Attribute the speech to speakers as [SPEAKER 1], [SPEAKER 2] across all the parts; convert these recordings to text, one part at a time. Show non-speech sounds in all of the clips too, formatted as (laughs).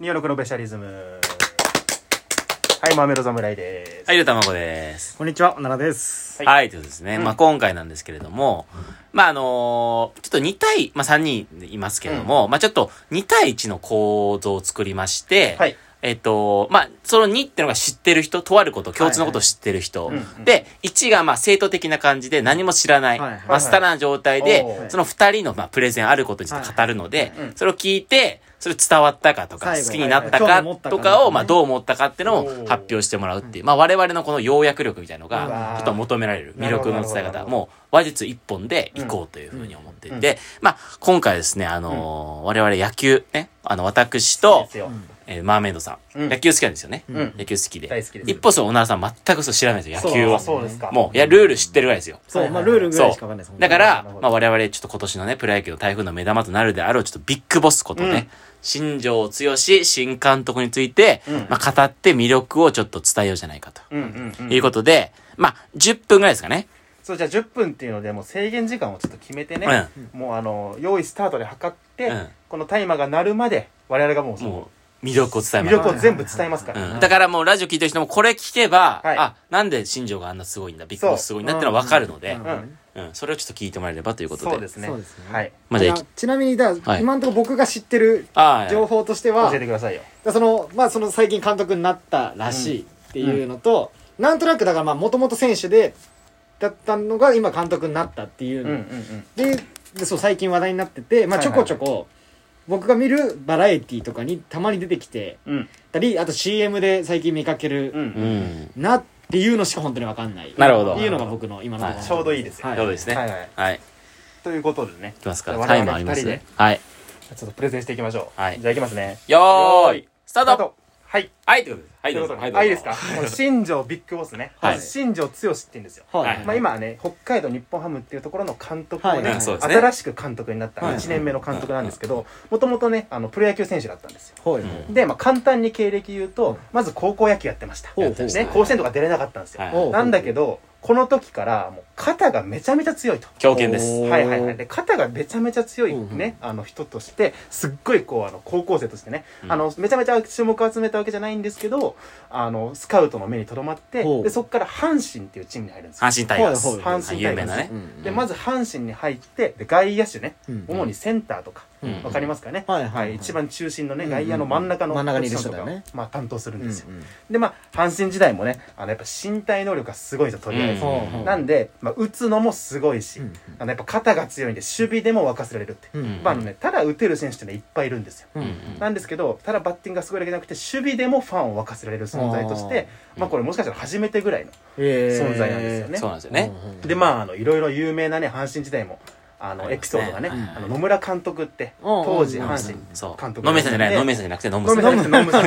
[SPEAKER 1] ニオの黒ベシャリズム。はい、マーメロ侍です。
[SPEAKER 2] はい、ゆるたまこです。
[SPEAKER 3] こんにちは、おならです。
[SPEAKER 1] はい
[SPEAKER 2] はい、ということですね。まあ、今回なんですけれども、まあ、あのーちょっと2対、まあ、3人いますけれども、まあ、ちょっと2対1の構造を作りまして、
[SPEAKER 1] はい。
[SPEAKER 2] えっと、まあ、その2ってのが知ってる人、とあること、共通のことを知ってる人。
[SPEAKER 1] はいはいうんうん
[SPEAKER 2] で、1がまあ正当的な感じで何も知らない。
[SPEAKER 3] はいはい
[SPEAKER 2] まあ、スタな状態で、
[SPEAKER 1] おー
[SPEAKER 2] その2人のまあプレゼンあることについて語るので、
[SPEAKER 1] はいはい
[SPEAKER 2] それを聞いて、それ伝わったかとか、
[SPEAKER 3] 最後
[SPEAKER 2] 好きになった
[SPEAKER 3] はいは
[SPEAKER 2] か
[SPEAKER 3] い興味持ったか
[SPEAKER 2] とか
[SPEAKER 3] とか
[SPEAKER 2] を、
[SPEAKER 3] ね
[SPEAKER 2] まあどう思ったかってのを
[SPEAKER 1] おー
[SPEAKER 2] 発表してもらうっていう、まあ我々のこの要約力みたいなの
[SPEAKER 3] う
[SPEAKER 2] が
[SPEAKER 1] わ、ー
[SPEAKER 2] ちょっと求められる魅力の伝え
[SPEAKER 1] なるほどなる
[SPEAKER 2] 方、
[SPEAKER 1] ほど
[SPEAKER 2] もう話術一本でいこうというふうに思っていて、まあ今回ですね、あのー我々野球ね、あの私
[SPEAKER 1] そう
[SPEAKER 2] と
[SPEAKER 1] で、すよ。
[SPEAKER 2] えーマーメイドさん,、
[SPEAKER 1] うん
[SPEAKER 2] 野球好きなんですよね。
[SPEAKER 1] ん
[SPEAKER 2] 野球好きで。
[SPEAKER 1] 大好きです
[SPEAKER 2] 一方そのオナラさん全くそう知らないですよ、野球を。
[SPEAKER 1] そうそうですか。
[SPEAKER 2] もう、いや、ルール知ってるぐらいですよ。
[SPEAKER 3] そう、
[SPEAKER 1] はい
[SPEAKER 3] まあ、ルールぐらいしかわかんないです
[SPEAKER 2] だ
[SPEAKER 1] な
[SPEAKER 2] か
[SPEAKER 1] る
[SPEAKER 2] ら
[SPEAKER 1] ほど、
[SPEAKER 2] まあ我々ちょっと今年のね、プロ野球の台風の目玉となるであろう、ちょっとビッグボスことね、
[SPEAKER 1] うん
[SPEAKER 2] 新庄剛志新監督について、
[SPEAKER 1] うん
[SPEAKER 2] まあ語って魅力をちょっと伝えようじゃないかと。
[SPEAKER 1] うんうんうん。
[SPEAKER 2] いうことで、まあ10分ぐらいですかね。
[SPEAKER 1] そう、じゃあ10分っていうので、もう制限時間をちょっと決めてね、もうあの、用意スタートで測って、
[SPEAKER 2] うん
[SPEAKER 1] このタイマーが鳴るまで、我々がもうその
[SPEAKER 2] もう魅力を伝
[SPEAKER 1] 魅
[SPEAKER 2] えま
[SPEAKER 1] 力
[SPEAKER 2] す。
[SPEAKER 1] を全部伝えますから。
[SPEAKER 2] うん、だからもうラジオ聞いてる人もこれ聞けば、
[SPEAKER 1] はい
[SPEAKER 2] あ、なんで新庄があんなすごいんだ、ビッグボスすごいんだってのはわかるので、
[SPEAKER 3] うん
[SPEAKER 1] うん
[SPEAKER 2] うん、それをちょっと聞いてもらえればということで。
[SPEAKER 1] そうですね。
[SPEAKER 3] そうですね
[SPEAKER 1] はい。
[SPEAKER 2] まあ、じゃあ、
[SPEAKER 3] ちなみに、だから
[SPEAKER 2] はい
[SPEAKER 3] 今のところ僕が知ってる
[SPEAKER 2] ああ、
[SPEAKER 3] 情報としては、
[SPEAKER 1] 教えてくださいよ。
[SPEAKER 3] だからその、まあ、その最近監督になったらしいっていうのと、なんとなくだから、まあ、もともと選手で、だったのが今監督になったっていうう、
[SPEAKER 1] んうんうん。
[SPEAKER 3] でで、そう、最近話題になってて、まあ、
[SPEAKER 1] はい
[SPEAKER 3] ち
[SPEAKER 1] はい
[SPEAKER 3] ょこちょこ、僕が見るバラエティとかにたまに出てきて
[SPEAKER 1] うん
[SPEAKER 3] たり、あと CM で最近見かけ
[SPEAKER 1] う
[SPEAKER 3] る
[SPEAKER 2] うんん。
[SPEAKER 3] なっていうのしか本当にわかんない。
[SPEAKER 2] なるほど
[SPEAKER 3] っていうのが僕の今のところの、
[SPEAKER 2] はい
[SPEAKER 1] ちょうどいいですよ
[SPEAKER 3] は
[SPEAKER 2] ということですね。
[SPEAKER 1] はいはい
[SPEAKER 2] はい。
[SPEAKER 1] ということでね
[SPEAKER 2] い。きますか
[SPEAKER 1] じゃ
[SPEAKER 2] ら。
[SPEAKER 1] あ
[SPEAKER 2] タイムありま
[SPEAKER 1] 我
[SPEAKER 2] す
[SPEAKER 1] 々二
[SPEAKER 2] ね
[SPEAKER 1] 人。
[SPEAKER 2] はい。
[SPEAKER 1] でちょっとプレゼンしていきましょう。
[SPEAKER 2] はい
[SPEAKER 1] じゃあいきますね。
[SPEAKER 2] よーい、スター
[SPEAKER 1] あ
[SPEAKER 2] ト
[SPEAKER 1] と、はい。
[SPEAKER 2] はい、ということです。は、
[SPEAKER 1] はいい、とい
[SPEAKER 2] ど
[SPEAKER 1] ううこ
[SPEAKER 2] ぞ
[SPEAKER 1] と
[SPEAKER 2] は
[SPEAKER 1] で。
[SPEAKER 2] い、どうぞ
[SPEAKER 1] はい、いですか。この新庄ビッグボスね。
[SPEAKER 2] はい
[SPEAKER 1] 新庄剛志って言うんですよ。
[SPEAKER 3] はい
[SPEAKER 1] まあ、今はね北海道日本ハムっていうところの監督をね,、
[SPEAKER 3] はいはい
[SPEAKER 2] そうですね
[SPEAKER 1] 新しく監督になった
[SPEAKER 3] はい
[SPEAKER 1] 1年目の監督なんですけどもともとねあのプロ野球選手だったんですよ
[SPEAKER 3] はい
[SPEAKER 1] で、まあ、簡単に経歴言うとまず高校野球やってました、
[SPEAKER 3] ほう
[SPEAKER 1] ね、
[SPEAKER 3] ほう
[SPEAKER 1] 甲子園とか出れなかったんですよ、
[SPEAKER 2] はい
[SPEAKER 3] おう
[SPEAKER 1] なんだけどこの時からもう肩がめちゃめちゃ強いと。
[SPEAKER 2] 狂犬です。
[SPEAKER 3] おー
[SPEAKER 1] はいはいはい、で肩がめちゃめちゃ強い、
[SPEAKER 3] うん
[SPEAKER 1] ねあの人としてすっごいこうあの高校生としてね、
[SPEAKER 2] うん
[SPEAKER 1] あのめちゃめちゃ注目を集めたわけじゃないんですけどあのスカウトの目にとどまって
[SPEAKER 3] ほう
[SPEAKER 1] でそこから阪神っていうチームに入るんですよ
[SPEAKER 2] 阪神タイガース。
[SPEAKER 3] はいはい
[SPEAKER 1] 阪神
[SPEAKER 2] 有
[SPEAKER 1] タイ
[SPEAKER 2] 名
[SPEAKER 1] ガース
[SPEAKER 2] なね。
[SPEAKER 1] でまず阪神に入ってで外野手ね、
[SPEAKER 3] うん
[SPEAKER 1] 主にセンターとか、
[SPEAKER 3] う
[SPEAKER 1] わ
[SPEAKER 3] ん
[SPEAKER 1] かりますかね、
[SPEAKER 3] はいはいはい
[SPEAKER 1] 一番中心のね
[SPEAKER 3] うん
[SPEAKER 1] 外野の真ん中の
[SPEAKER 3] 真ん中にいる
[SPEAKER 1] ポジションとか
[SPEAKER 3] 人だよね
[SPEAKER 1] まあ、担当するんですよ、でまあ阪神時代もねあのやっぱ身体能力がすごいんですよとりあえず、
[SPEAKER 3] うんうん
[SPEAKER 1] なんで、まあ、打つのもすごいし、
[SPEAKER 3] うんうん
[SPEAKER 1] あのやっぱ肩が強いんで守備でも沸かせられるって、
[SPEAKER 3] うん
[SPEAKER 1] まああのね、ただ打てる選手ってねいっぱいいるんですよ
[SPEAKER 3] うん
[SPEAKER 1] なんですけどただバッティングがすごいだけじゃなくて守備でもファンを沸かせられる存在として
[SPEAKER 2] あー
[SPEAKER 1] まあこれもしかしたら初めてぐらいの
[SPEAKER 3] 存
[SPEAKER 1] 存在なんですよね、
[SPEAKER 2] そうなんですよね。
[SPEAKER 1] でまああのいろいろ有名なね阪神時代もあ
[SPEAKER 2] あ
[SPEAKER 1] の
[SPEAKER 2] り
[SPEAKER 1] エ
[SPEAKER 2] ま
[SPEAKER 1] ピ
[SPEAKER 2] す
[SPEAKER 1] ソ
[SPEAKER 2] ね
[SPEAKER 1] ードがね
[SPEAKER 2] うん
[SPEAKER 1] あの野村監督って
[SPEAKER 3] うん
[SPEAKER 1] 当時
[SPEAKER 3] うん
[SPEAKER 1] 阪神
[SPEAKER 2] そう。
[SPEAKER 1] 監督
[SPEAKER 2] 野村さんじゃない、
[SPEAKER 1] で
[SPEAKER 2] 野村さんじゃなくて、 (laughs) 野
[SPEAKER 1] 野
[SPEAKER 2] 村
[SPEAKER 1] 村さ
[SPEAKER 2] さん。
[SPEAKER 1] ん野村さん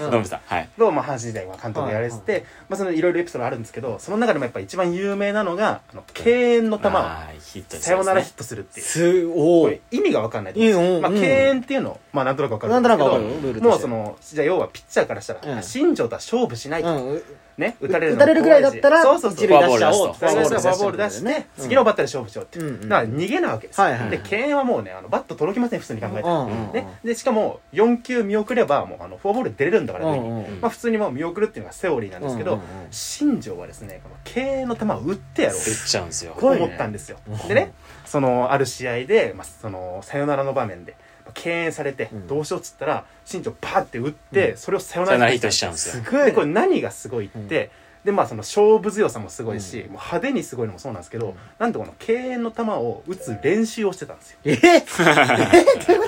[SPEAKER 2] 野村さん。はい。
[SPEAKER 1] どうも阪神時代は監督やられててまあそのいろいろエピソードあるんですけどその中でもやっぱ一番有名なのがあの敬遠の球を
[SPEAKER 2] はい、ヒットです
[SPEAKER 1] サヨナラヒットするっていう
[SPEAKER 3] す
[SPEAKER 1] こ
[SPEAKER 3] ご
[SPEAKER 1] れ
[SPEAKER 3] い
[SPEAKER 1] 意味が分かんないと思うんですよ
[SPEAKER 3] うん
[SPEAKER 1] まあ
[SPEAKER 3] うん
[SPEAKER 1] 敬遠っていうのまあなんとなく分かる
[SPEAKER 3] なんとなくわかる
[SPEAKER 1] です
[SPEAKER 3] よル
[SPEAKER 1] け
[SPEAKER 3] ール
[SPEAKER 1] ど
[SPEAKER 3] と
[SPEAKER 1] もう
[SPEAKER 3] し
[SPEAKER 1] その
[SPEAKER 3] て
[SPEAKER 1] じゃあ要はピッチャーからした
[SPEAKER 3] う
[SPEAKER 1] ら
[SPEAKER 3] ん
[SPEAKER 1] 新庄とは勝負しないと
[SPEAKER 3] うん
[SPEAKER 1] ね打
[SPEAKER 3] 打
[SPEAKER 1] た
[SPEAKER 3] た
[SPEAKER 1] れ
[SPEAKER 3] れ
[SPEAKER 1] る
[SPEAKER 3] る
[SPEAKER 1] のも
[SPEAKER 3] ぐらいだったら
[SPEAKER 1] 怖いしそうそうそう
[SPEAKER 3] 一塁出しちゃおう
[SPEAKER 1] 最初はフォアボール出
[SPEAKER 3] 出
[SPEAKER 1] し
[SPEAKER 3] してて、
[SPEAKER 1] 次のバッターで勝負しようっていう。
[SPEAKER 3] うんうん
[SPEAKER 1] だから逃げなわけですよ。
[SPEAKER 3] はいはいはい
[SPEAKER 1] で、敬遠はもうね、あの、バット届きません、普通に考えたら。
[SPEAKER 3] うんうんうん
[SPEAKER 1] ね。で、しかも、4球見送れば、もう、あの、フォアボールで出れるんだから、上に
[SPEAKER 2] うん
[SPEAKER 1] まあ、普通にもう見送るっていうのがセオリーなんですけど、
[SPEAKER 3] うんうんうん
[SPEAKER 1] 新庄はですね、この敬遠の球を打ってやろう。
[SPEAKER 2] 打っちゃうんですよ。
[SPEAKER 1] と思ったんですよ。でね、その、ある試合で、まあ、その、サヨナラの場面で、敬遠されて、
[SPEAKER 3] うん
[SPEAKER 1] どうしようっつったら、新庄バーって打って、それをサヨナ
[SPEAKER 2] サヨナ
[SPEAKER 1] ラ
[SPEAKER 2] ラヒットしちゃうんですよ。
[SPEAKER 3] ご
[SPEAKER 1] でこれ何がすごいって、でまあその勝負強さもすごいし、もう派手にすごいのもそうなんですけど、なんとこの敬遠の球を打つ練習をしてたんですよ
[SPEAKER 3] ええ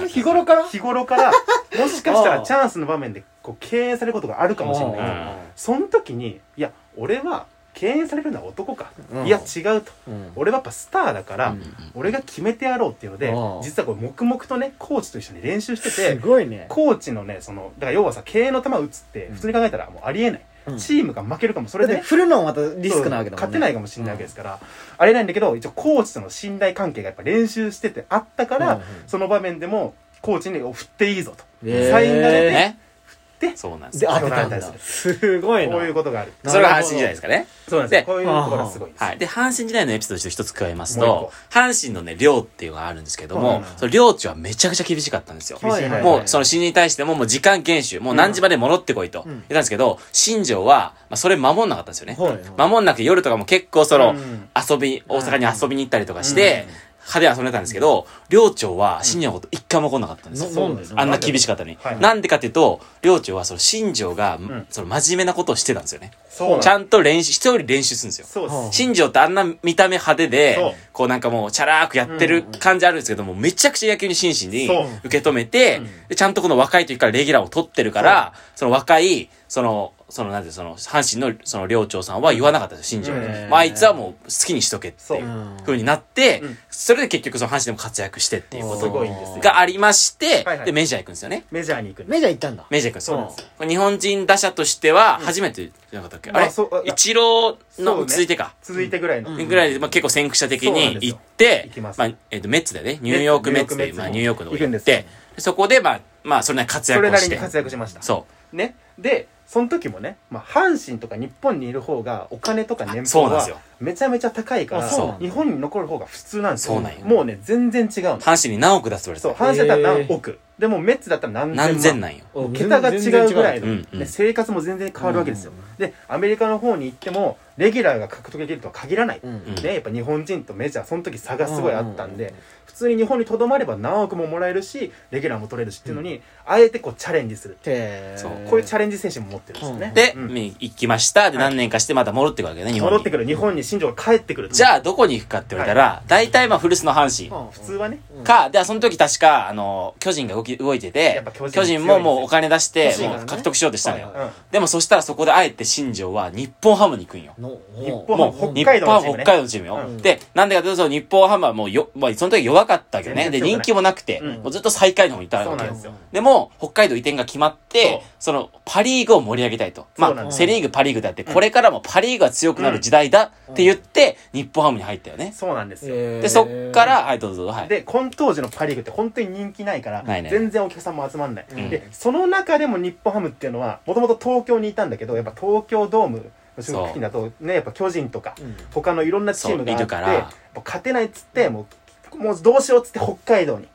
[SPEAKER 3] 日頃から
[SPEAKER 1] (laughs) 日頃からもしかした
[SPEAKER 3] あ
[SPEAKER 1] ら
[SPEAKER 3] あ
[SPEAKER 1] チャンスの場面でこう敬遠されることがあるかもしれ
[SPEAKER 2] あ
[SPEAKER 1] ない
[SPEAKER 2] あ
[SPEAKER 1] その時にいや俺は敬遠されるのは男か、
[SPEAKER 3] うん
[SPEAKER 1] いや違うと
[SPEAKER 3] うん
[SPEAKER 1] 俺はやっぱスターだから、俺が決めてやろうっていうので、
[SPEAKER 3] ああ
[SPEAKER 1] 実はこれ黙々とねコーチと一緒に練習して
[SPEAKER 3] す
[SPEAKER 1] て
[SPEAKER 3] ごいね
[SPEAKER 1] コーチのねそのだから要はさ敬遠の球打つって普通に考えたらもうありえない、
[SPEAKER 3] うん
[SPEAKER 1] チームが負けるかもそ
[SPEAKER 3] そ
[SPEAKER 1] れ
[SPEAKER 3] れ
[SPEAKER 1] で
[SPEAKER 3] で
[SPEAKER 1] ね
[SPEAKER 3] 振るのもまたリスクなわけだもんね
[SPEAKER 1] 勝てないかもしれないわけですから、あれなんだけど一応コーチとの信頼関係がやっぱ練習しててあったから、
[SPEAKER 3] うんうん
[SPEAKER 1] その場面でもコーチにお振っていいぞと、
[SPEAKER 3] へー
[SPEAKER 1] サインが出て
[SPEAKER 2] ね。
[SPEAKER 1] って
[SPEAKER 2] そうなんです
[SPEAKER 3] で
[SPEAKER 2] よ
[SPEAKER 3] 当てた
[SPEAKER 1] ら
[SPEAKER 3] ん
[SPEAKER 1] れたり
[SPEAKER 3] だ
[SPEAKER 1] する
[SPEAKER 3] すごいな
[SPEAKER 1] こういうことがある
[SPEAKER 3] な
[SPEAKER 2] それが阪神時代ですかね
[SPEAKER 1] そうなんですよ
[SPEAKER 2] で
[SPEAKER 1] こういうところがすごいんです
[SPEAKER 2] はい。で、阪神時代のエピソードとして一つ加えます
[SPEAKER 1] もう
[SPEAKER 2] と、阪神のね、領っていうのがあるんですけど
[SPEAKER 1] う
[SPEAKER 2] も
[SPEAKER 1] ん、
[SPEAKER 2] その領地はめちゃくちゃ厳しかったんですよ。
[SPEAKER 1] 厳しいね
[SPEAKER 3] はいはい
[SPEAKER 2] もう、その新人に対しても、もう時間厳守、もう何時まで戻ってこいと
[SPEAKER 3] うん
[SPEAKER 2] 言ったんですけど、新庄は、まあ、それ守んなかったんですよね。
[SPEAKER 3] はいはい
[SPEAKER 2] 守んなくて夜とかも結構その、
[SPEAKER 1] うん
[SPEAKER 2] 遊び、大阪に遊びに行ったりとかして、派手に遊んでたんですけど、領長は新庄のこと一回も怒んなかったんですよ。
[SPEAKER 3] そうです
[SPEAKER 2] あんな厳しかったのに
[SPEAKER 1] はい。
[SPEAKER 2] なんでかっていうと、領長はその新庄が
[SPEAKER 1] ん、
[SPEAKER 2] その真面目なことをしてたんですよね。
[SPEAKER 1] そうなん
[SPEAKER 2] ちゃんと練習、一人より練習するんですよ。
[SPEAKER 1] そうです
[SPEAKER 2] 新庄ってあんな見た目派手
[SPEAKER 1] そう
[SPEAKER 2] で、こうなんかもうチャラーくやってる感じあるんですけども、めちゃくちゃ野球に真摯に
[SPEAKER 1] そう
[SPEAKER 2] 受け止めて
[SPEAKER 1] うん、
[SPEAKER 2] でちゃんとこの若い時からレギュラーを取ってるから、その若い、その、そのなんていうのその、阪神のその寮長さんは言わなかったですよ、新庄に
[SPEAKER 1] うん。
[SPEAKER 2] まああいつはもう好きにしとけってい
[SPEAKER 1] そう
[SPEAKER 2] う
[SPEAKER 3] うん
[SPEAKER 2] 風になって
[SPEAKER 1] うん、
[SPEAKER 2] それで結局その阪神でも活躍してっていうこ
[SPEAKER 1] すご
[SPEAKER 2] と
[SPEAKER 1] いんですよ
[SPEAKER 2] がありまして
[SPEAKER 1] はいは、い
[SPEAKER 2] で、メジャー行くんですよね。
[SPEAKER 1] メジャーに行くんです
[SPEAKER 3] メジャー行ったんだ
[SPEAKER 2] メジャー君、
[SPEAKER 3] そうなんです
[SPEAKER 2] ん日本人打者としては、初めてじゃなかったっけ、
[SPEAKER 1] うん
[SPEAKER 2] あれ
[SPEAKER 1] まあそうあ
[SPEAKER 2] イチロー
[SPEAKER 1] そう
[SPEAKER 2] の
[SPEAKER 1] ね
[SPEAKER 2] 続いてか。
[SPEAKER 1] 続いてぐらいの、
[SPEAKER 2] ぐらいで、まあ、結構先駆者的に行って
[SPEAKER 1] 行き、ます
[SPEAKER 2] まあ、えっ、と、メッツだよね。ニューヨークメッツで、
[SPEAKER 1] ニューヨークメッツ
[SPEAKER 2] まあ、ニューヨークの方
[SPEAKER 1] 行くん
[SPEAKER 2] 行
[SPEAKER 1] で
[SPEAKER 2] っ
[SPEAKER 1] すよ
[SPEAKER 2] て、そこで、まあ、まあ、それなりに活
[SPEAKER 1] そ
[SPEAKER 2] 躍
[SPEAKER 1] れ
[SPEAKER 2] を
[SPEAKER 1] な
[SPEAKER 2] し
[SPEAKER 1] りに
[SPEAKER 2] て。
[SPEAKER 1] 活躍しました
[SPEAKER 2] そ
[SPEAKER 1] ねでその時もね、まあ、阪神とか日本にいる方がお金とか年
[SPEAKER 2] あそ
[SPEAKER 1] 俸
[SPEAKER 2] うなんで
[SPEAKER 1] は
[SPEAKER 2] すよ
[SPEAKER 1] めちゃめちゃ高いか
[SPEAKER 3] あ
[SPEAKER 1] ら
[SPEAKER 3] そうなんだ
[SPEAKER 1] 日本に残る方が普通なんですよ
[SPEAKER 2] そうなんよ
[SPEAKER 1] もうね全然違うの
[SPEAKER 2] う。阪神に何億出すって
[SPEAKER 1] そう
[SPEAKER 2] 言われて
[SPEAKER 1] 阪神だったら何億でもメッツだったら何千
[SPEAKER 2] た。
[SPEAKER 1] 万
[SPEAKER 2] 何千なんよ。
[SPEAKER 1] もう桁が違うぐらいの、
[SPEAKER 2] うん
[SPEAKER 1] ね
[SPEAKER 2] うん
[SPEAKER 1] 生活も全然変わるわけですよ、でアメリカの方に行ってもレギュラーが獲得できるとは限らない、
[SPEAKER 3] うん
[SPEAKER 2] ん
[SPEAKER 1] ね、やっぱ日本人とメジャーその時差がすごいあったんで、
[SPEAKER 3] うんうんうん
[SPEAKER 1] 普通に日本にとどまれば何億ももらえるしレギュラーも取れるしっていうのに、あえてこうチャレンジする
[SPEAKER 3] て
[SPEAKER 2] そう
[SPEAKER 1] こういうチャ
[SPEAKER 3] レ
[SPEAKER 1] レンジ精神も持ってるんですよね、
[SPEAKER 2] で、
[SPEAKER 1] うん
[SPEAKER 2] み行きました。で、何年かしてまた戻ってくるわけね、日本に。
[SPEAKER 1] 戻ってくる日本に新庄が帰ってくる
[SPEAKER 2] じゃあ、どこに行くかって言われたら、大体まあ、古巣の阪神。
[SPEAKER 1] 普通はね
[SPEAKER 2] か、で、その時確か、あの、巨人が動き、動いて
[SPEAKER 1] や
[SPEAKER 2] て
[SPEAKER 1] っぱ、巨
[SPEAKER 2] 巨
[SPEAKER 1] 人強いんですよ
[SPEAKER 2] 人ももうお金出して
[SPEAKER 3] 欲、しいか
[SPEAKER 2] も
[SPEAKER 3] らね
[SPEAKER 2] う獲得しようとしたのよ
[SPEAKER 3] はい。
[SPEAKER 1] うん
[SPEAKER 2] でもそしたらそこであえて新庄は日本ハムに行くんよ。
[SPEAKER 3] の
[SPEAKER 1] 日本
[SPEAKER 2] も
[SPEAKER 1] ハ
[SPEAKER 2] う
[SPEAKER 1] ム
[SPEAKER 2] ほ、
[SPEAKER 1] 北海道のチーム
[SPEAKER 2] 日本ハム
[SPEAKER 1] ね
[SPEAKER 2] 北海道のチームよ。
[SPEAKER 1] うん
[SPEAKER 2] で、なんでかというと、日本ハムはもうよ、まあ、その時弱かったわけどね。
[SPEAKER 1] 全
[SPEAKER 2] で、
[SPEAKER 1] 然強くない
[SPEAKER 2] 人気もなくて、
[SPEAKER 1] うん
[SPEAKER 2] もうずっと最下位の方にいた
[SPEAKER 1] そう
[SPEAKER 2] わ
[SPEAKER 1] なん
[SPEAKER 2] けよ
[SPEAKER 1] で。すよ
[SPEAKER 2] でも、北海道移転が決まって、その、パリーグを盛り上げたいと。ま
[SPEAKER 1] そうなん
[SPEAKER 2] あ、
[SPEAKER 1] です
[SPEAKER 2] セリーグ、パリーグだって、これからもパリーグが強くなる時代だって言って、日本ハムに入ったよね。
[SPEAKER 1] そうなんですよ、
[SPEAKER 2] で、そっから、はい、どうぞどうぞ、はい。
[SPEAKER 1] でこの当時のパ・リーグって本当に人気ないから
[SPEAKER 2] ないね
[SPEAKER 1] 全然お客さんも集まんない、
[SPEAKER 2] うん
[SPEAKER 1] でその中でも日本ハムっていうのはもともと東京にいたんだけどやっぱ東京ドームの中国付近だとねやっぱ巨人とか
[SPEAKER 3] うん
[SPEAKER 1] 他のいろんなチームがあっ
[SPEAKER 2] そう
[SPEAKER 1] て
[SPEAKER 2] いるから
[SPEAKER 1] やっぱ勝てないっつってもうもうどうしようっつって北海道に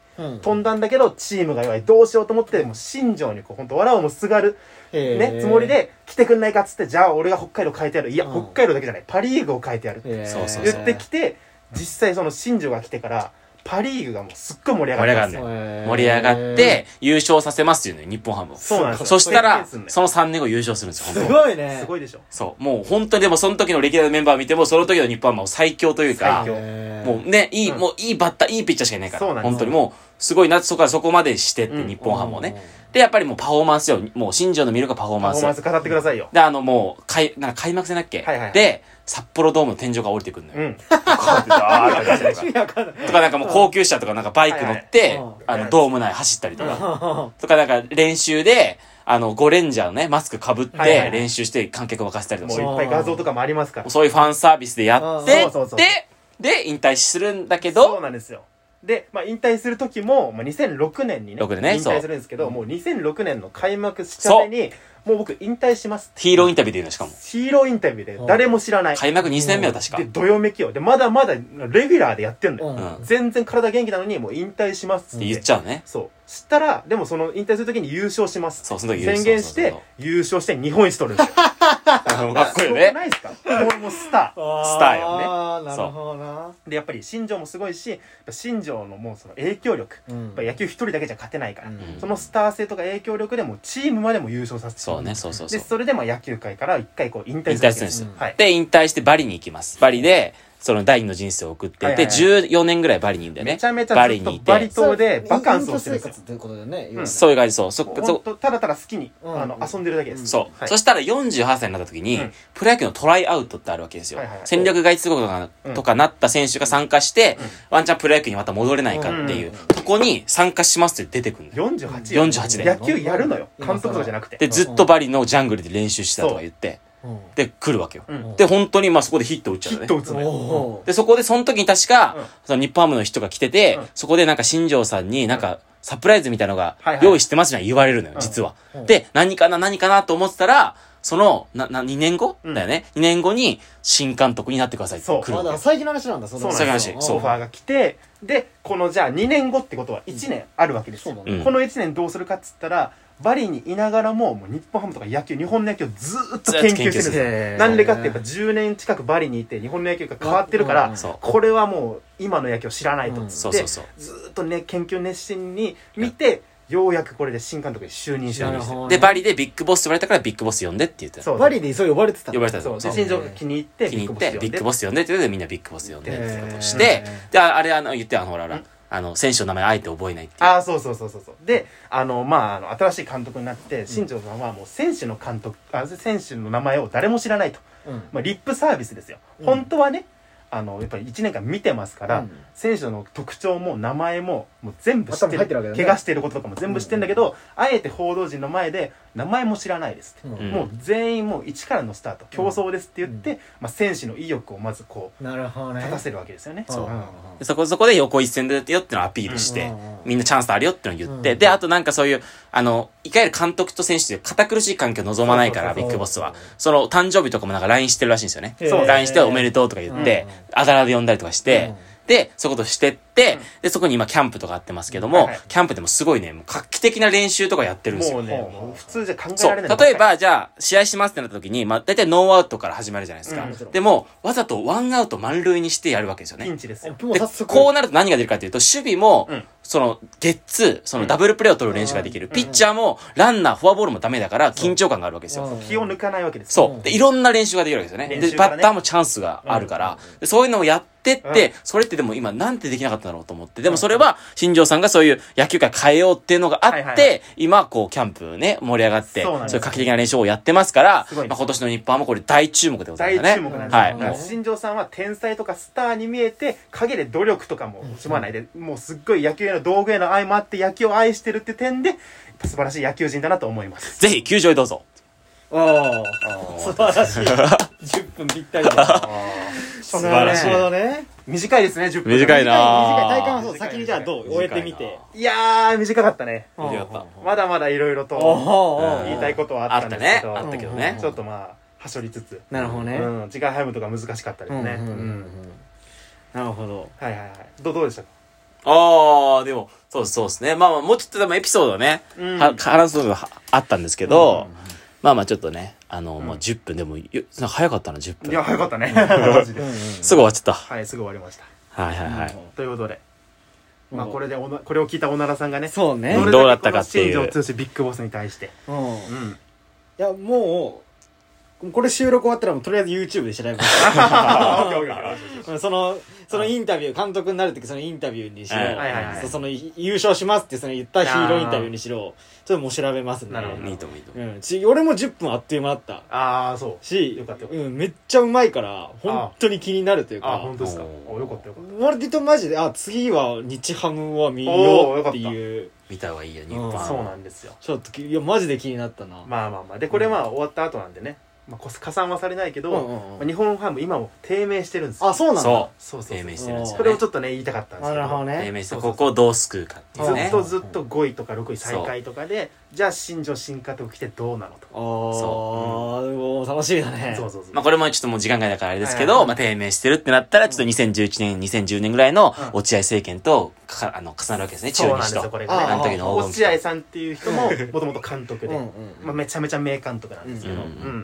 [SPEAKER 1] 飛んだんだけどチームが弱いどうしようと思ってもう新庄にこう本当わらをもすがるね、つもりで来てくんないかっつってじゃあ俺が北海道変えてやるいや、
[SPEAKER 3] うん
[SPEAKER 1] 北海道だけじゃないパ・リーグを変えてやるって
[SPEAKER 2] そうそう
[SPEAKER 1] 言ってきて実際その新庄が来てからパ・リーグがもうすっごい盛り上がったんです
[SPEAKER 2] 盛り上がんね
[SPEAKER 1] よ
[SPEAKER 2] 盛り上がって、優勝させますっていうのよ、日本ハムを。
[SPEAKER 1] そうなんですよ
[SPEAKER 2] そしたら、
[SPEAKER 1] そういうケースね
[SPEAKER 2] その3年後優勝するんですよ、本当
[SPEAKER 3] す
[SPEAKER 2] に
[SPEAKER 3] ごいね
[SPEAKER 1] すごいでしょ
[SPEAKER 2] そう。もう本当にでもその時の歴代のメンバーを見ても、その時の日本はもう最強というか
[SPEAKER 1] 最強、
[SPEAKER 2] もうね、いい、
[SPEAKER 1] うん
[SPEAKER 2] もういいバッター、いいピッチャーしかいないか
[SPEAKER 1] そうな
[SPEAKER 2] ら、
[SPEAKER 1] んです
[SPEAKER 2] 本当にもう、すごいな、そこからそこまでしてって、
[SPEAKER 1] うん
[SPEAKER 2] 日本ハムをね。で、やっぱりもうパフォーマンスよ。もう新庄の見るかパフォーマ
[SPEAKER 1] パフ
[SPEAKER 2] ン
[SPEAKER 1] ォ
[SPEAKER 2] ス
[SPEAKER 1] ーマンス語ってくださいよ
[SPEAKER 2] で、あのもう、かい、なんか開幕戦だっ
[SPEAKER 1] は
[SPEAKER 2] け、
[SPEAKER 1] いはいはい
[SPEAKER 2] で、札幌ドームの天井が降りてくるのよ。
[SPEAKER 1] うん
[SPEAKER 2] こうやってダーッて
[SPEAKER 3] 意味わかんない
[SPEAKER 2] とかなんかもう高級車とかなんかバイク乗って、
[SPEAKER 3] はいはい
[SPEAKER 2] あの、ドーム内走ったりとか。とか、なんか練習で、あの、ゴレンジャーのね、マスク被っ
[SPEAKER 1] はいはいは
[SPEAKER 2] て
[SPEAKER 1] い
[SPEAKER 2] 練習して観客を沸かせたりとか
[SPEAKER 1] も
[SPEAKER 2] す
[SPEAKER 1] う
[SPEAKER 2] る
[SPEAKER 1] いっぱい画像とかもありますから
[SPEAKER 2] そういうファンサービスでやって
[SPEAKER 1] うんそうそうそう、
[SPEAKER 2] で、で、引退するんだけ
[SPEAKER 1] そう
[SPEAKER 2] ど、
[SPEAKER 1] なんですよで、まあ、引退する時も、まあ、2006年にね
[SPEAKER 2] 6年ね
[SPEAKER 1] 引
[SPEAKER 2] そう
[SPEAKER 1] 退するんですけどもう2006年の開幕した目にもう僕引退します
[SPEAKER 2] ヒーローインタビューで言うのしかも。
[SPEAKER 1] ヒーローインタビューで誰も知らない
[SPEAKER 2] 開幕2戦目は確か
[SPEAKER 1] で。どよめきよでまだまだレギュラーでやってんのよ、
[SPEAKER 3] うん
[SPEAKER 2] うん
[SPEAKER 1] 全然体元気なのにもう引退しますっ
[SPEAKER 2] って
[SPEAKER 1] て
[SPEAKER 2] 言っちゃうね。
[SPEAKER 1] そうしたらでもその引退するときに優勝します
[SPEAKER 2] そうその時優勝
[SPEAKER 1] 宣言し
[SPEAKER 2] そ
[SPEAKER 1] て
[SPEAKER 2] うそう
[SPEAKER 1] 優勝して日本一
[SPEAKER 2] (laughs)
[SPEAKER 1] 取るんですよ
[SPEAKER 2] かっこいいよ
[SPEAKER 1] すごく
[SPEAKER 2] ね。
[SPEAKER 1] ないですかこれもうスター
[SPEAKER 2] タ
[SPEAKER 3] ス
[SPEAKER 2] ーよね
[SPEAKER 3] なるほどな
[SPEAKER 1] でやっぱり新庄もすごいしやっぱ新庄のもうその影響力
[SPEAKER 3] うん
[SPEAKER 1] やっぱ野球一人だけじゃ勝てないから、
[SPEAKER 3] うん
[SPEAKER 1] そのスター性とか影響力でもうチームまでも優勝させて
[SPEAKER 2] そうね、そうそうそ
[SPEAKER 1] で
[SPEAKER 2] う。
[SPEAKER 1] それでまあ野球界から一回こう引退
[SPEAKER 2] 引退するんですよ。
[SPEAKER 1] はい、
[SPEAKER 2] で、引退してバリに行きます。バリで、その第二の人生を送って
[SPEAKER 1] はいいはい
[SPEAKER 2] て、
[SPEAKER 1] はい
[SPEAKER 2] 14年ぐらいバリにいるんだよね。
[SPEAKER 1] めちゃめちゃ
[SPEAKER 2] バ
[SPEAKER 1] ず
[SPEAKER 2] リ
[SPEAKER 1] っと
[SPEAKER 2] にい
[SPEAKER 1] バリ
[SPEAKER 2] て。
[SPEAKER 1] 島でバカンスをしてるんです
[SPEAKER 3] 隠居生
[SPEAKER 1] よ
[SPEAKER 3] 活ということだよね要
[SPEAKER 1] うん
[SPEAKER 3] は
[SPEAKER 2] そういう感じ、そう。そ、
[SPEAKER 1] ほ
[SPEAKER 2] そ
[SPEAKER 1] ん、とただただ好きに、
[SPEAKER 3] うん
[SPEAKER 1] あの遊んでるだけです、
[SPEAKER 2] そう、
[SPEAKER 1] はい
[SPEAKER 2] そしたら48歳になった時に、
[SPEAKER 1] うん
[SPEAKER 2] プロ野球のトライアウトってあるわけですよ。
[SPEAKER 1] はいはいはい
[SPEAKER 2] 戦略外通告とか,、
[SPEAKER 1] うん
[SPEAKER 2] とかなった選手が参加して、ワンチャンプロ野球にまた戻れないかっていう、
[SPEAKER 3] うん
[SPEAKER 2] とこに参加しますって出てくるんだよ。
[SPEAKER 1] 48
[SPEAKER 2] 48で
[SPEAKER 1] 野球やるのよ監督とかじゃなくて
[SPEAKER 2] で、ずっとバリのジャングルで練習してたとか言って、
[SPEAKER 3] うん
[SPEAKER 2] で、来るわけよ。
[SPEAKER 1] うん
[SPEAKER 2] で、本当にまあそこでヒット打っちゃ
[SPEAKER 1] ヒ
[SPEAKER 2] う
[SPEAKER 1] ッ
[SPEAKER 2] ね
[SPEAKER 1] ト。打つのよ
[SPEAKER 3] おー
[SPEAKER 2] で、そこで、その時に確か、
[SPEAKER 1] うん
[SPEAKER 2] その日本ハムの人が来てて、
[SPEAKER 1] うん
[SPEAKER 2] そこでなんか新庄さんになんか、サプライズみたいのが
[SPEAKER 1] はいはい
[SPEAKER 2] 用意してますじゃん言われるのよ、
[SPEAKER 1] うん
[SPEAKER 2] 実は
[SPEAKER 3] う。ん
[SPEAKER 2] で、何かな、何かなと思ってたら、その、な、な、2年後
[SPEAKER 1] うん
[SPEAKER 2] だよね。2年後に、新監督になってくださいって
[SPEAKER 1] そう
[SPEAKER 2] 来る
[SPEAKER 3] あ
[SPEAKER 2] わ
[SPEAKER 3] だか
[SPEAKER 2] け
[SPEAKER 3] ら。最近の話なんだその
[SPEAKER 1] そうなん
[SPEAKER 2] ですよ
[SPEAKER 3] ん
[SPEAKER 2] そう
[SPEAKER 1] オファーが来てでこのじゃあ2年後ってことは1年あるわけですよ、
[SPEAKER 3] そうだ
[SPEAKER 2] ね
[SPEAKER 1] この1年どうするかっつったらバリにいながらももう日本ハムとか野球日本の野球をずーっと研究してるんです
[SPEAKER 2] ず
[SPEAKER 1] よ
[SPEAKER 3] へー
[SPEAKER 1] なんでかってやっぱ10年近くバリにいて日本の野球が変わってるか
[SPEAKER 3] う
[SPEAKER 1] ら
[SPEAKER 3] ん
[SPEAKER 2] そう
[SPEAKER 1] これはもう今の野球を知らないとっつ
[SPEAKER 2] そ
[SPEAKER 1] っ
[SPEAKER 2] う
[SPEAKER 1] て
[SPEAKER 2] そうそう。
[SPEAKER 1] ずーっとね研究熱心に見てようやくこれで新監督に就任してるんですよ
[SPEAKER 3] なるほどね
[SPEAKER 2] で、バリでビッグボスって言われたからビッグボス呼んでって言ってた。
[SPEAKER 1] そう
[SPEAKER 3] バリでそう呼ばれてた
[SPEAKER 2] 呼ばれてた
[SPEAKER 1] そう
[SPEAKER 2] の。
[SPEAKER 1] で
[SPEAKER 2] そう
[SPEAKER 1] 新庄が気に入って
[SPEAKER 2] 気に入っ
[SPEAKER 1] ビッグボス呼
[SPEAKER 2] て、
[SPEAKER 1] んで
[SPEAKER 2] ビッグボス呼んでって言ってみんなビッグボス呼んでってことをし
[SPEAKER 1] へ
[SPEAKER 2] て
[SPEAKER 1] ー、
[SPEAKER 2] で、ああれ、あの、言って、あの、ほらほら、あの、選手の名前あえて覚えないっていう。
[SPEAKER 1] ああそうそうそうそうそうであのまああの新しい監督になって新庄さんはもう選手の監督あ選手の名前を誰も知らないと、
[SPEAKER 3] うん
[SPEAKER 1] まあ、リップサービスですよ、
[SPEAKER 3] うん
[SPEAKER 1] 本当はねあのやっぱり1年間見てますから、
[SPEAKER 3] うん
[SPEAKER 1] 選手の特徴も名前ももう全部知って
[SPEAKER 3] 頭
[SPEAKER 1] る
[SPEAKER 3] に入ってるわけだね
[SPEAKER 1] 怪我してることとかも全部知ってるんだけど、あえて報道陣の前で名前も知らないですって、
[SPEAKER 2] うん
[SPEAKER 1] もう全員もう一からのスタート競争ですって言って、
[SPEAKER 3] う
[SPEAKER 1] まあ、選手の意欲をまずこう
[SPEAKER 3] なるほどね
[SPEAKER 1] 立たせるわけですよね。
[SPEAKER 3] そうん
[SPEAKER 2] でそこそこで横一線でよってのをアピールして、
[SPEAKER 3] うん
[SPEAKER 2] みんなチャンスあるよってのを言って、
[SPEAKER 3] うん
[SPEAKER 2] で、あとなんかそういう、あの、いかゆる監督と選手で堅苦しい環境を望まないから、
[SPEAKER 1] そう
[SPEAKER 2] ビ
[SPEAKER 1] そう
[SPEAKER 2] ッ
[SPEAKER 1] そう
[SPEAKER 2] グボスは。その、誕生日とかもなんか LINE してるらしいんですよね。
[SPEAKER 3] へー
[SPEAKER 1] そう
[SPEAKER 2] LINE しておめでとうとか言って、あだ名で呼んだりとかして、で、そういうことしてって、で、そこに今キャンプとかあってますけども、
[SPEAKER 1] はいはい
[SPEAKER 2] キャンプでもすごいね、もう画期的な練習とかやってるんですよ。
[SPEAKER 1] もうね、もう普通じゃ考え
[SPEAKER 2] そ
[SPEAKER 1] ら
[SPEAKER 2] う。
[SPEAKER 1] れない
[SPEAKER 2] 例えば、じゃあ、試合しますってなった時に、まあ、大体ノーアウトから始まるじゃないですか。
[SPEAKER 1] うんも
[SPEAKER 3] ちろん
[SPEAKER 2] でも、わざとワンアウト満塁にしてやるわけですよね。
[SPEAKER 1] ピンチですよ。
[SPEAKER 3] もう
[SPEAKER 2] で
[SPEAKER 3] 早速
[SPEAKER 2] こうなると何が出るかというと、守備も、
[SPEAKER 1] うん
[SPEAKER 2] その、ゲッツー、そのダブルプレーを取る練習ができる。
[SPEAKER 3] うん
[SPEAKER 2] ピッチャーも、ランナー、フォアボールもダメだから、緊張感があるわけですよ。
[SPEAKER 3] うん
[SPEAKER 1] 気を抜かないわけですよ
[SPEAKER 2] そう。で、いろんな練習ができるわけですよね。
[SPEAKER 1] 練
[SPEAKER 2] で、
[SPEAKER 1] 習から
[SPEAKER 2] バ
[SPEAKER 1] ね
[SPEAKER 2] ッターもチャンスがあるから、でそういうのをやってって、それってでも今なんてできなかったんだろうと思って、でもそれは、新庄さんがそういう野球界変えようっていうのがあって、
[SPEAKER 1] はいはいは
[SPEAKER 2] 今、こう、キャンプね、盛り上がって、
[SPEAKER 1] そ
[SPEAKER 2] そうう
[SPEAKER 1] なんです
[SPEAKER 2] いう画期的な練習をやってますから、
[SPEAKER 1] すご
[SPEAKER 2] ま
[SPEAKER 1] い
[SPEAKER 2] あ、今年の日本はもうこれ大注目でござ
[SPEAKER 1] 大
[SPEAKER 2] いますね。
[SPEAKER 1] 注目なんですよ、
[SPEAKER 2] はい。
[SPEAKER 1] だから
[SPEAKER 2] もう
[SPEAKER 1] 新庄さんは天才とかスターに見えて陰で努力とかも惜しまないで、もうすっごい野球への道具への愛もあって野球を愛してるって点で素晴らしい野球人だなと思います
[SPEAKER 2] ぜひ、球場へどうぞ。
[SPEAKER 3] ああ素晴らしい10分ぴったりで
[SPEAKER 1] 素
[SPEAKER 2] 晴らしい
[SPEAKER 3] なるほどね
[SPEAKER 1] 短いですね10分
[SPEAKER 2] 短いな
[SPEAKER 3] 短い体感はそう
[SPEAKER 1] 短い
[SPEAKER 3] 先にじゃあどう終えてみて
[SPEAKER 1] いやー短かったね
[SPEAKER 2] 短いな短かっ
[SPEAKER 1] まだまだいろいろ
[SPEAKER 3] お
[SPEAKER 1] と
[SPEAKER 3] お
[SPEAKER 1] 言いたいことはあ
[SPEAKER 2] あ
[SPEAKER 1] った
[SPEAKER 2] っ
[SPEAKER 1] ん
[SPEAKER 2] た
[SPEAKER 1] で
[SPEAKER 2] ね
[SPEAKER 1] す。けど
[SPEAKER 2] あったけど
[SPEAKER 3] う
[SPEAKER 2] ね
[SPEAKER 3] ん。
[SPEAKER 1] ちょっとまあはしょりつつ、
[SPEAKER 3] なるほどね
[SPEAKER 1] うん、時間配分とか難しかったですね、
[SPEAKER 3] うんうんうんうん
[SPEAKER 1] うん
[SPEAKER 3] なるほど
[SPEAKER 1] はいはいはいどどうでしたか
[SPEAKER 2] ああ、でも、そうそうですね。まあまあ、もうちょっとでもエピソードね、
[SPEAKER 1] うん
[SPEAKER 2] は話すのがはあったんですけど、まあまあちょっとね、あの、まあ10分でも、よなんか早かったな、10
[SPEAKER 1] いや早
[SPEAKER 2] 分。
[SPEAKER 1] かったねマジで
[SPEAKER 2] すぐ終わっちゃっ
[SPEAKER 1] はいすぐ終わりました
[SPEAKER 2] た。はいはいはい。
[SPEAKER 1] ということで、まあ、
[SPEAKER 3] うん
[SPEAKER 1] これでおなこれを聞いたおならさんがね
[SPEAKER 3] そうね
[SPEAKER 1] れだけ
[SPEAKER 2] どうだったかっていう
[SPEAKER 1] この新庄剛志ビッグボスに対して、
[SPEAKER 3] う
[SPEAKER 1] (laughs)
[SPEAKER 3] んい
[SPEAKER 1] うん、
[SPEAKER 3] やもうこれ収録終わったらもうとりあえず YouTube で調べますうんその、そのインタビュー、監督になるってそのインタビューにしろ、
[SPEAKER 2] はいはい
[SPEAKER 1] はいはい
[SPEAKER 3] そそのい優勝しますってその言ったヒーローインタビューにしろ、ちょっともう調べますね。
[SPEAKER 1] なるほど
[SPEAKER 2] いいと思ういいと思う。
[SPEAKER 3] うん。ち俺も10分あっという間だった
[SPEAKER 1] ああそう
[SPEAKER 3] し、
[SPEAKER 1] よかったよかった
[SPEAKER 3] うん、めっちゃうまいから、本当に気になるという
[SPEAKER 1] あ
[SPEAKER 3] か、
[SPEAKER 1] 本当ですか
[SPEAKER 2] おー
[SPEAKER 1] およかったよかっ
[SPEAKER 3] 割とマジで、あ、次は日ハムは見ようって
[SPEAKER 1] おー
[SPEAKER 3] いう、
[SPEAKER 2] 見た方がいいよ、日
[SPEAKER 3] あ
[SPEAKER 1] た
[SPEAKER 3] ー
[SPEAKER 1] そうな
[SPEAKER 2] 本。
[SPEAKER 1] んですよ
[SPEAKER 3] ちょっとき、いや、マジで気になったな。
[SPEAKER 1] まあまあまあでこれまあ終わった後なんでね、まあ、こ加算はされないけど、
[SPEAKER 3] うんうんうん
[SPEAKER 1] まあ日本ハム今も低迷してるんですよ
[SPEAKER 3] あ、そうなんだ。
[SPEAKER 2] そ
[SPEAKER 1] そう
[SPEAKER 2] う。
[SPEAKER 1] そうそ
[SPEAKER 2] 低
[SPEAKER 1] う
[SPEAKER 2] 迷してるんですよ、ね。
[SPEAKER 1] それをち
[SPEAKER 2] ょ
[SPEAKER 1] ょっとね言いたかったんですけ
[SPEAKER 3] な
[SPEAKER 1] ど
[SPEAKER 3] るほど
[SPEAKER 2] 低
[SPEAKER 3] ね。
[SPEAKER 2] 迷して、ここをどう救うかっていう
[SPEAKER 1] ずっ
[SPEAKER 2] ね。
[SPEAKER 1] とずっと5位とか6位最下位とかでじゃあ新庄新監督来てどうなのと
[SPEAKER 3] あー、うおー楽しみだね。
[SPEAKER 1] そうそうそう、
[SPEAKER 2] まあこれもちょっともう時間外だからあれです
[SPEAKER 1] は
[SPEAKER 2] け
[SPEAKER 1] いは
[SPEAKER 2] ど、
[SPEAKER 1] い
[SPEAKER 2] まあ低迷してるってなったら、ちょっと2011年、2010年ぐらいの
[SPEAKER 1] うん
[SPEAKER 2] 落合政権とか、あの、重なるわけですね、中
[SPEAKER 1] そうなんで
[SPEAKER 2] 日
[SPEAKER 1] す
[SPEAKER 2] と。
[SPEAKER 1] よこれ
[SPEAKER 3] あ
[SPEAKER 1] が
[SPEAKER 3] あの
[SPEAKER 1] ね
[SPEAKER 3] 時
[SPEAKER 2] の黄金期
[SPEAKER 1] 落合さんっていう人ももともと監督
[SPEAKER 3] うん
[SPEAKER 1] で、
[SPEAKER 3] うん
[SPEAKER 1] まあ、めちゃめちゃ名監督なんですけど、
[SPEAKER 2] う
[SPEAKER 1] うんんその
[SPEAKER 2] 重なっ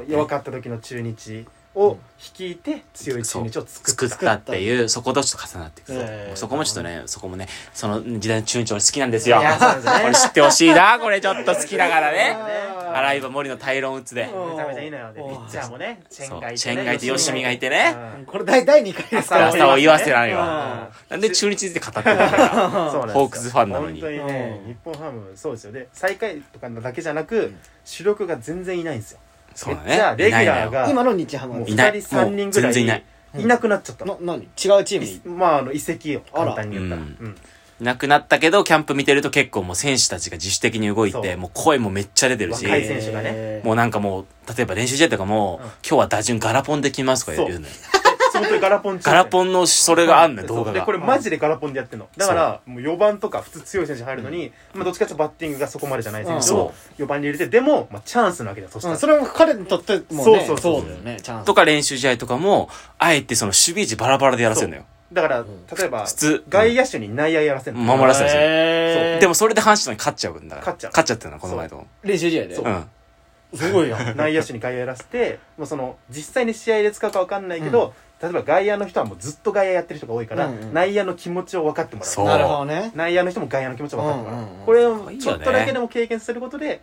[SPEAKER 2] てね
[SPEAKER 1] 弱かった時の中日を率いて強い中日を作
[SPEAKER 2] 作
[SPEAKER 1] っ
[SPEAKER 2] ったたっていう、そことちょっと重なっていく
[SPEAKER 3] そう
[SPEAKER 2] もうそこもちょっとね、そこもね、その時代の中日俺好きなんですよ。
[SPEAKER 1] いやそうなんです
[SPEAKER 2] (laughs)
[SPEAKER 1] よね
[SPEAKER 2] これ知ってほしいな、これちょっと好きだからね。
[SPEAKER 3] あ
[SPEAKER 2] 洗い場森の大論打つで。
[SPEAKER 3] うん
[SPEAKER 1] めちゃめちゃいいのよで
[SPEAKER 3] お
[SPEAKER 1] ピ
[SPEAKER 3] ー
[SPEAKER 1] ッチャーもねチェンがいてね
[SPEAKER 2] そうチェンがいて吉見がいてね
[SPEAKER 1] うん
[SPEAKER 3] これ第第2回ですか
[SPEAKER 2] ラ
[SPEAKER 3] ら
[SPEAKER 2] スターを言わせなのよ
[SPEAKER 3] うん。
[SPEAKER 2] なんで中日で語ってる
[SPEAKER 1] (laughs)
[SPEAKER 2] んだよ
[SPEAKER 1] そうなんですよ
[SPEAKER 2] ホークスファンなのに
[SPEAKER 1] 本当にね
[SPEAKER 3] うん
[SPEAKER 1] 日本ハムそうですよね最下位とかだけじゃなく主力が全然いないんですよ
[SPEAKER 2] そうだ
[SPEAKER 1] めっちゃ
[SPEAKER 2] ね。
[SPEAKER 1] レギュ
[SPEAKER 2] いない
[SPEAKER 1] ラー
[SPEAKER 2] のよ
[SPEAKER 1] が
[SPEAKER 3] 今の日ハム
[SPEAKER 1] もう
[SPEAKER 3] の
[SPEAKER 2] いない
[SPEAKER 1] 2人3人ぐら
[SPEAKER 2] もう全然いない
[SPEAKER 1] いいなくなっちゃったの
[SPEAKER 3] 何違うチーム
[SPEAKER 1] い
[SPEAKER 3] に
[SPEAKER 1] まああの移籍を簡単に言ったら
[SPEAKER 2] あら
[SPEAKER 1] うん
[SPEAKER 2] なくなったけど、キャンプ見てると結構もう選手たちが自主的に動い
[SPEAKER 1] そう
[SPEAKER 2] て、もう声もめっちゃ出てるし、
[SPEAKER 1] 若い選手がね
[SPEAKER 3] えー
[SPEAKER 2] もうなんかもう、例えば練習試合とかも、
[SPEAKER 1] うん
[SPEAKER 2] 今日は打順ガラポンできますとか言うのよ。
[SPEAKER 1] その時ガラポン
[SPEAKER 2] ガラ
[SPEAKER 1] ン
[SPEAKER 2] ポンのそれがあんね動画
[SPEAKER 1] で
[SPEAKER 2] が
[SPEAKER 1] こ。れマジでガラポンでやってんのだからもう4番とか普通強い選手入るのに、まあ、どっちかっていうとバッティングがそこまでじゃない選手
[SPEAKER 2] そ
[SPEAKER 1] を4番に入れてでも、まあ、チャンスなわけだよそした
[SPEAKER 3] うん
[SPEAKER 1] ら、
[SPEAKER 3] それも彼にとってもね、
[SPEAKER 1] そうそうそう
[SPEAKER 3] だよね、チャンス。
[SPEAKER 2] とか練習試合とかも、あえてその守備時バラバラでやらせるのよ。
[SPEAKER 1] だから例えば
[SPEAKER 2] 普通
[SPEAKER 1] 外野手に内野やらせる
[SPEAKER 2] 守らせたりする。
[SPEAKER 3] へー
[SPEAKER 2] でもそれで阪神に勝っちゃうんだから。
[SPEAKER 1] 勝っちゃう
[SPEAKER 2] 勝っちゃってるの、この前と。
[SPEAKER 3] 練習試合で
[SPEAKER 1] そう
[SPEAKER 2] うん。
[SPEAKER 3] すご
[SPEAKER 2] (laughs)
[SPEAKER 3] いよ。
[SPEAKER 1] 内野手に外野やらせてもうその実際に試合で使うか分かんないけど、例えば外野の人はもうずっと外野やってる人が多いから、
[SPEAKER 3] うんうん
[SPEAKER 1] 内野の気持ちを分かってもらう
[SPEAKER 2] そう
[SPEAKER 3] なるほどね。
[SPEAKER 1] 内野の人も外野の気持ちを分かってもらう、
[SPEAKER 3] うんうんうん
[SPEAKER 1] これ
[SPEAKER 2] かっこ
[SPEAKER 1] を
[SPEAKER 2] いいよね
[SPEAKER 1] ちょっとだけでも経験することで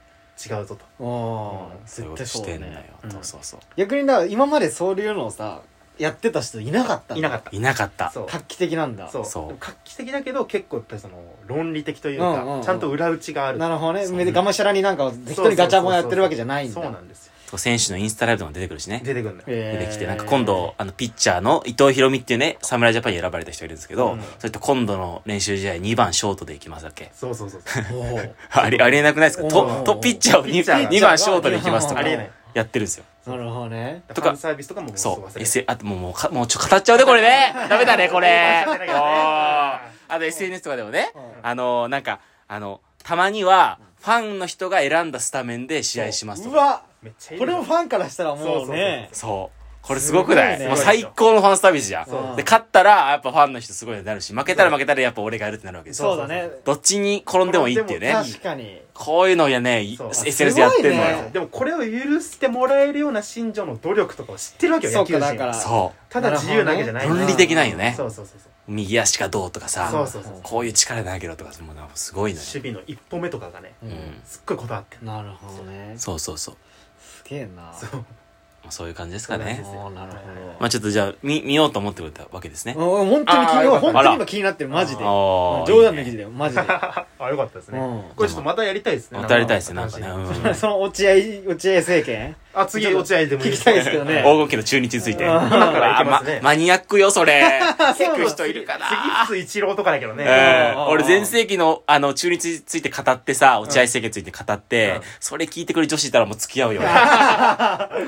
[SPEAKER 1] 違うぞと
[SPEAKER 3] おー
[SPEAKER 2] それ
[SPEAKER 3] 絶
[SPEAKER 2] を
[SPEAKER 3] 対
[SPEAKER 2] し
[SPEAKER 3] そう
[SPEAKER 2] て
[SPEAKER 3] だ
[SPEAKER 2] んだよ
[SPEAKER 3] ね。。
[SPEAKER 1] うん
[SPEAKER 2] そうそうそう。
[SPEAKER 3] 逆にだから今までそういうのをさ、やってた人いなかったんだ
[SPEAKER 1] いなかった
[SPEAKER 2] いなかった。
[SPEAKER 1] そう
[SPEAKER 3] 画期的なんだ。
[SPEAKER 1] そう
[SPEAKER 2] そう
[SPEAKER 1] でも画期的だけど結構やっぱりその論理的というか、
[SPEAKER 3] うんうんうん
[SPEAKER 1] ちゃんと裏打ちがある
[SPEAKER 3] なるほどね。
[SPEAKER 2] そう
[SPEAKER 3] 目でがむしゃらになんか適当にガチャもやってるわけじゃないんだ。
[SPEAKER 1] そうなんですよ
[SPEAKER 2] そう選手のインスタライブとかも出てくるしね。
[SPEAKER 1] 出てくるんだよ
[SPEAKER 2] 出
[SPEAKER 3] へー
[SPEAKER 2] てきて、なんか今度、あの、ピッチャーの伊藤博美っていうね、侍ジャパンに選ばれた人がいるんですけど、
[SPEAKER 1] うん
[SPEAKER 2] それと今度の練習試合2番ショートで行きますわけ。
[SPEAKER 1] そうそうそうそう
[SPEAKER 3] おー
[SPEAKER 2] あり、ありえなくないですか
[SPEAKER 3] お
[SPEAKER 2] と、
[SPEAKER 3] ー
[SPEAKER 2] と、ピッチャーを
[SPEAKER 1] ピッチャー
[SPEAKER 2] 2,
[SPEAKER 1] が
[SPEAKER 2] 番ショートで行きますと
[SPEAKER 1] (laughs)
[SPEAKER 2] か
[SPEAKER 1] ありえ
[SPEAKER 3] (laughs)
[SPEAKER 1] ない、
[SPEAKER 2] やってるんですよ。
[SPEAKER 3] なるほどね。
[SPEAKER 2] と
[SPEAKER 1] フ
[SPEAKER 2] か
[SPEAKER 1] ァンサービスとかももう
[SPEAKER 2] そう
[SPEAKER 1] 忘。れ
[SPEAKER 2] S、あともう、もうか、もうちょ、語っちゃうね、これね。ダメだね、これ。
[SPEAKER 1] 語っちゃってない
[SPEAKER 2] お
[SPEAKER 1] からね
[SPEAKER 2] ーあと SNS とかでもね、あのー、なんか、あの、たまには、ファンの人が選んだスタメンで試合しますと
[SPEAKER 3] う
[SPEAKER 2] か。
[SPEAKER 3] わ
[SPEAKER 1] めっちゃいい
[SPEAKER 3] これもファンからしたらもうね。
[SPEAKER 2] そう。これすごくない
[SPEAKER 3] すごいね
[SPEAKER 2] もう最高のファンサービスじゃん。
[SPEAKER 3] そう
[SPEAKER 2] で、勝ったら、やっぱファンの人すごいになるし、負けたら負けたらやっぱ俺がやるってなるわけですよ。
[SPEAKER 3] そうだね。
[SPEAKER 2] どっちに転んでもいいっていうね。
[SPEAKER 3] 確かに。
[SPEAKER 2] こういうのやね、い
[SPEAKER 1] そう
[SPEAKER 2] SNS やってんの
[SPEAKER 3] すごい
[SPEAKER 2] よ
[SPEAKER 3] ね。
[SPEAKER 1] でもこれを許してもらえるような心情の努力とかを知ってるわけよ
[SPEAKER 3] そ
[SPEAKER 1] 野
[SPEAKER 3] う
[SPEAKER 1] 球
[SPEAKER 3] か、
[SPEAKER 1] 人
[SPEAKER 3] だから。
[SPEAKER 2] そ
[SPEAKER 1] ただ自由なわけじゃ
[SPEAKER 2] う。
[SPEAKER 1] ない
[SPEAKER 2] 論理的なんよね
[SPEAKER 1] そ。うそうそうそう
[SPEAKER 2] 右足がどうとかさ
[SPEAKER 1] そうそうそうそう
[SPEAKER 2] こういう力で投げろとか、もうなんかすごいのよ。
[SPEAKER 1] 守備の一歩目とかがね
[SPEAKER 3] う
[SPEAKER 2] うん
[SPEAKER 3] ん。
[SPEAKER 1] すっごいこだわってる
[SPEAKER 3] なるほどね。
[SPEAKER 2] そうそうそう。
[SPEAKER 3] すげえな。
[SPEAKER 1] そう
[SPEAKER 2] まあそういう感じですか
[SPEAKER 1] そうなんで
[SPEAKER 2] ね
[SPEAKER 1] す。
[SPEAKER 3] おーなる
[SPEAKER 2] まあちょっとじゃあ、見、見ようと思ってくれたわけですね。
[SPEAKER 3] ほど。うん本当に気
[SPEAKER 1] あー
[SPEAKER 3] に、
[SPEAKER 1] よかった
[SPEAKER 3] 本当に今気になってる、マジで。うん
[SPEAKER 2] ああ。
[SPEAKER 3] 冗談
[SPEAKER 2] い
[SPEAKER 3] 抜
[SPEAKER 2] い
[SPEAKER 3] き
[SPEAKER 2] ね
[SPEAKER 3] でよ、マジで。
[SPEAKER 1] あよかったですね
[SPEAKER 3] うん
[SPEAKER 1] これちょっとまたやりたいですね
[SPEAKER 2] またやりたいですね、なんかね。うん黄
[SPEAKER 3] その落合、落合政権
[SPEAKER 1] あ次落合でもいい
[SPEAKER 3] 聞きたいですけどね。
[SPEAKER 2] 金期の中日について。今から
[SPEAKER 1] 行けますね
[SPEAKER 2] マニアックよ、それ。
[SPEAKER 3] そ
[SPEAKER 2] 聞
[SPEAKER 3] う
[SPEAKER 2] く人いるかな。
[SPEAKER 1] 次つ一郎とかだけどね、
[SPEAKER 2] ええ
[SPEAKER 3] うん
[SPEAKER 2] 俺、全盛期の、あの、中日について語ってさ、落合政権について語って、
[SPEAKER 1] うん
[SPEAKER 2] それ聞いてくれる女子いたらもう付き合うよ。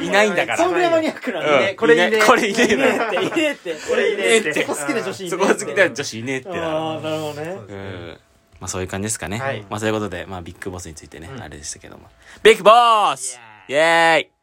[SPEAKER 2] いないんだから。
[SPEAKER 3] そ
[SPEAKER 1] うん
[SPEAKER 3] ぐらいマニアックなん
[SPEAKER 2] う
[SPEAKER 3] で
[SPEAKER 2] ん
[SPEAKER 3] ね。
[SPEAKER 1] これいねえ
[SPEAKER 2] これいねえのよ。
[SPEAKER 3] い (laughs) ねえって。
[SPEAKER 1] これいねえって
[SPEAKER 3] そこ好きな女子いねえ
[SPEAKER 2] そこ好きな女子いねえって
[SPEAKER 3] あ
[SPEAKER 2] な。
[SPEAKER 3] あ、なるほどね。
[SPEAKER 2] うん。まあそういう感じですかね。
[SPEAKER 1] はい
[SPEAKER 2] まあそういうことで、まあビッグボスについてね、
[SPEAKER 1] うん
[SPEAKER 2] あれでしたけども。ビッグボスイエーイ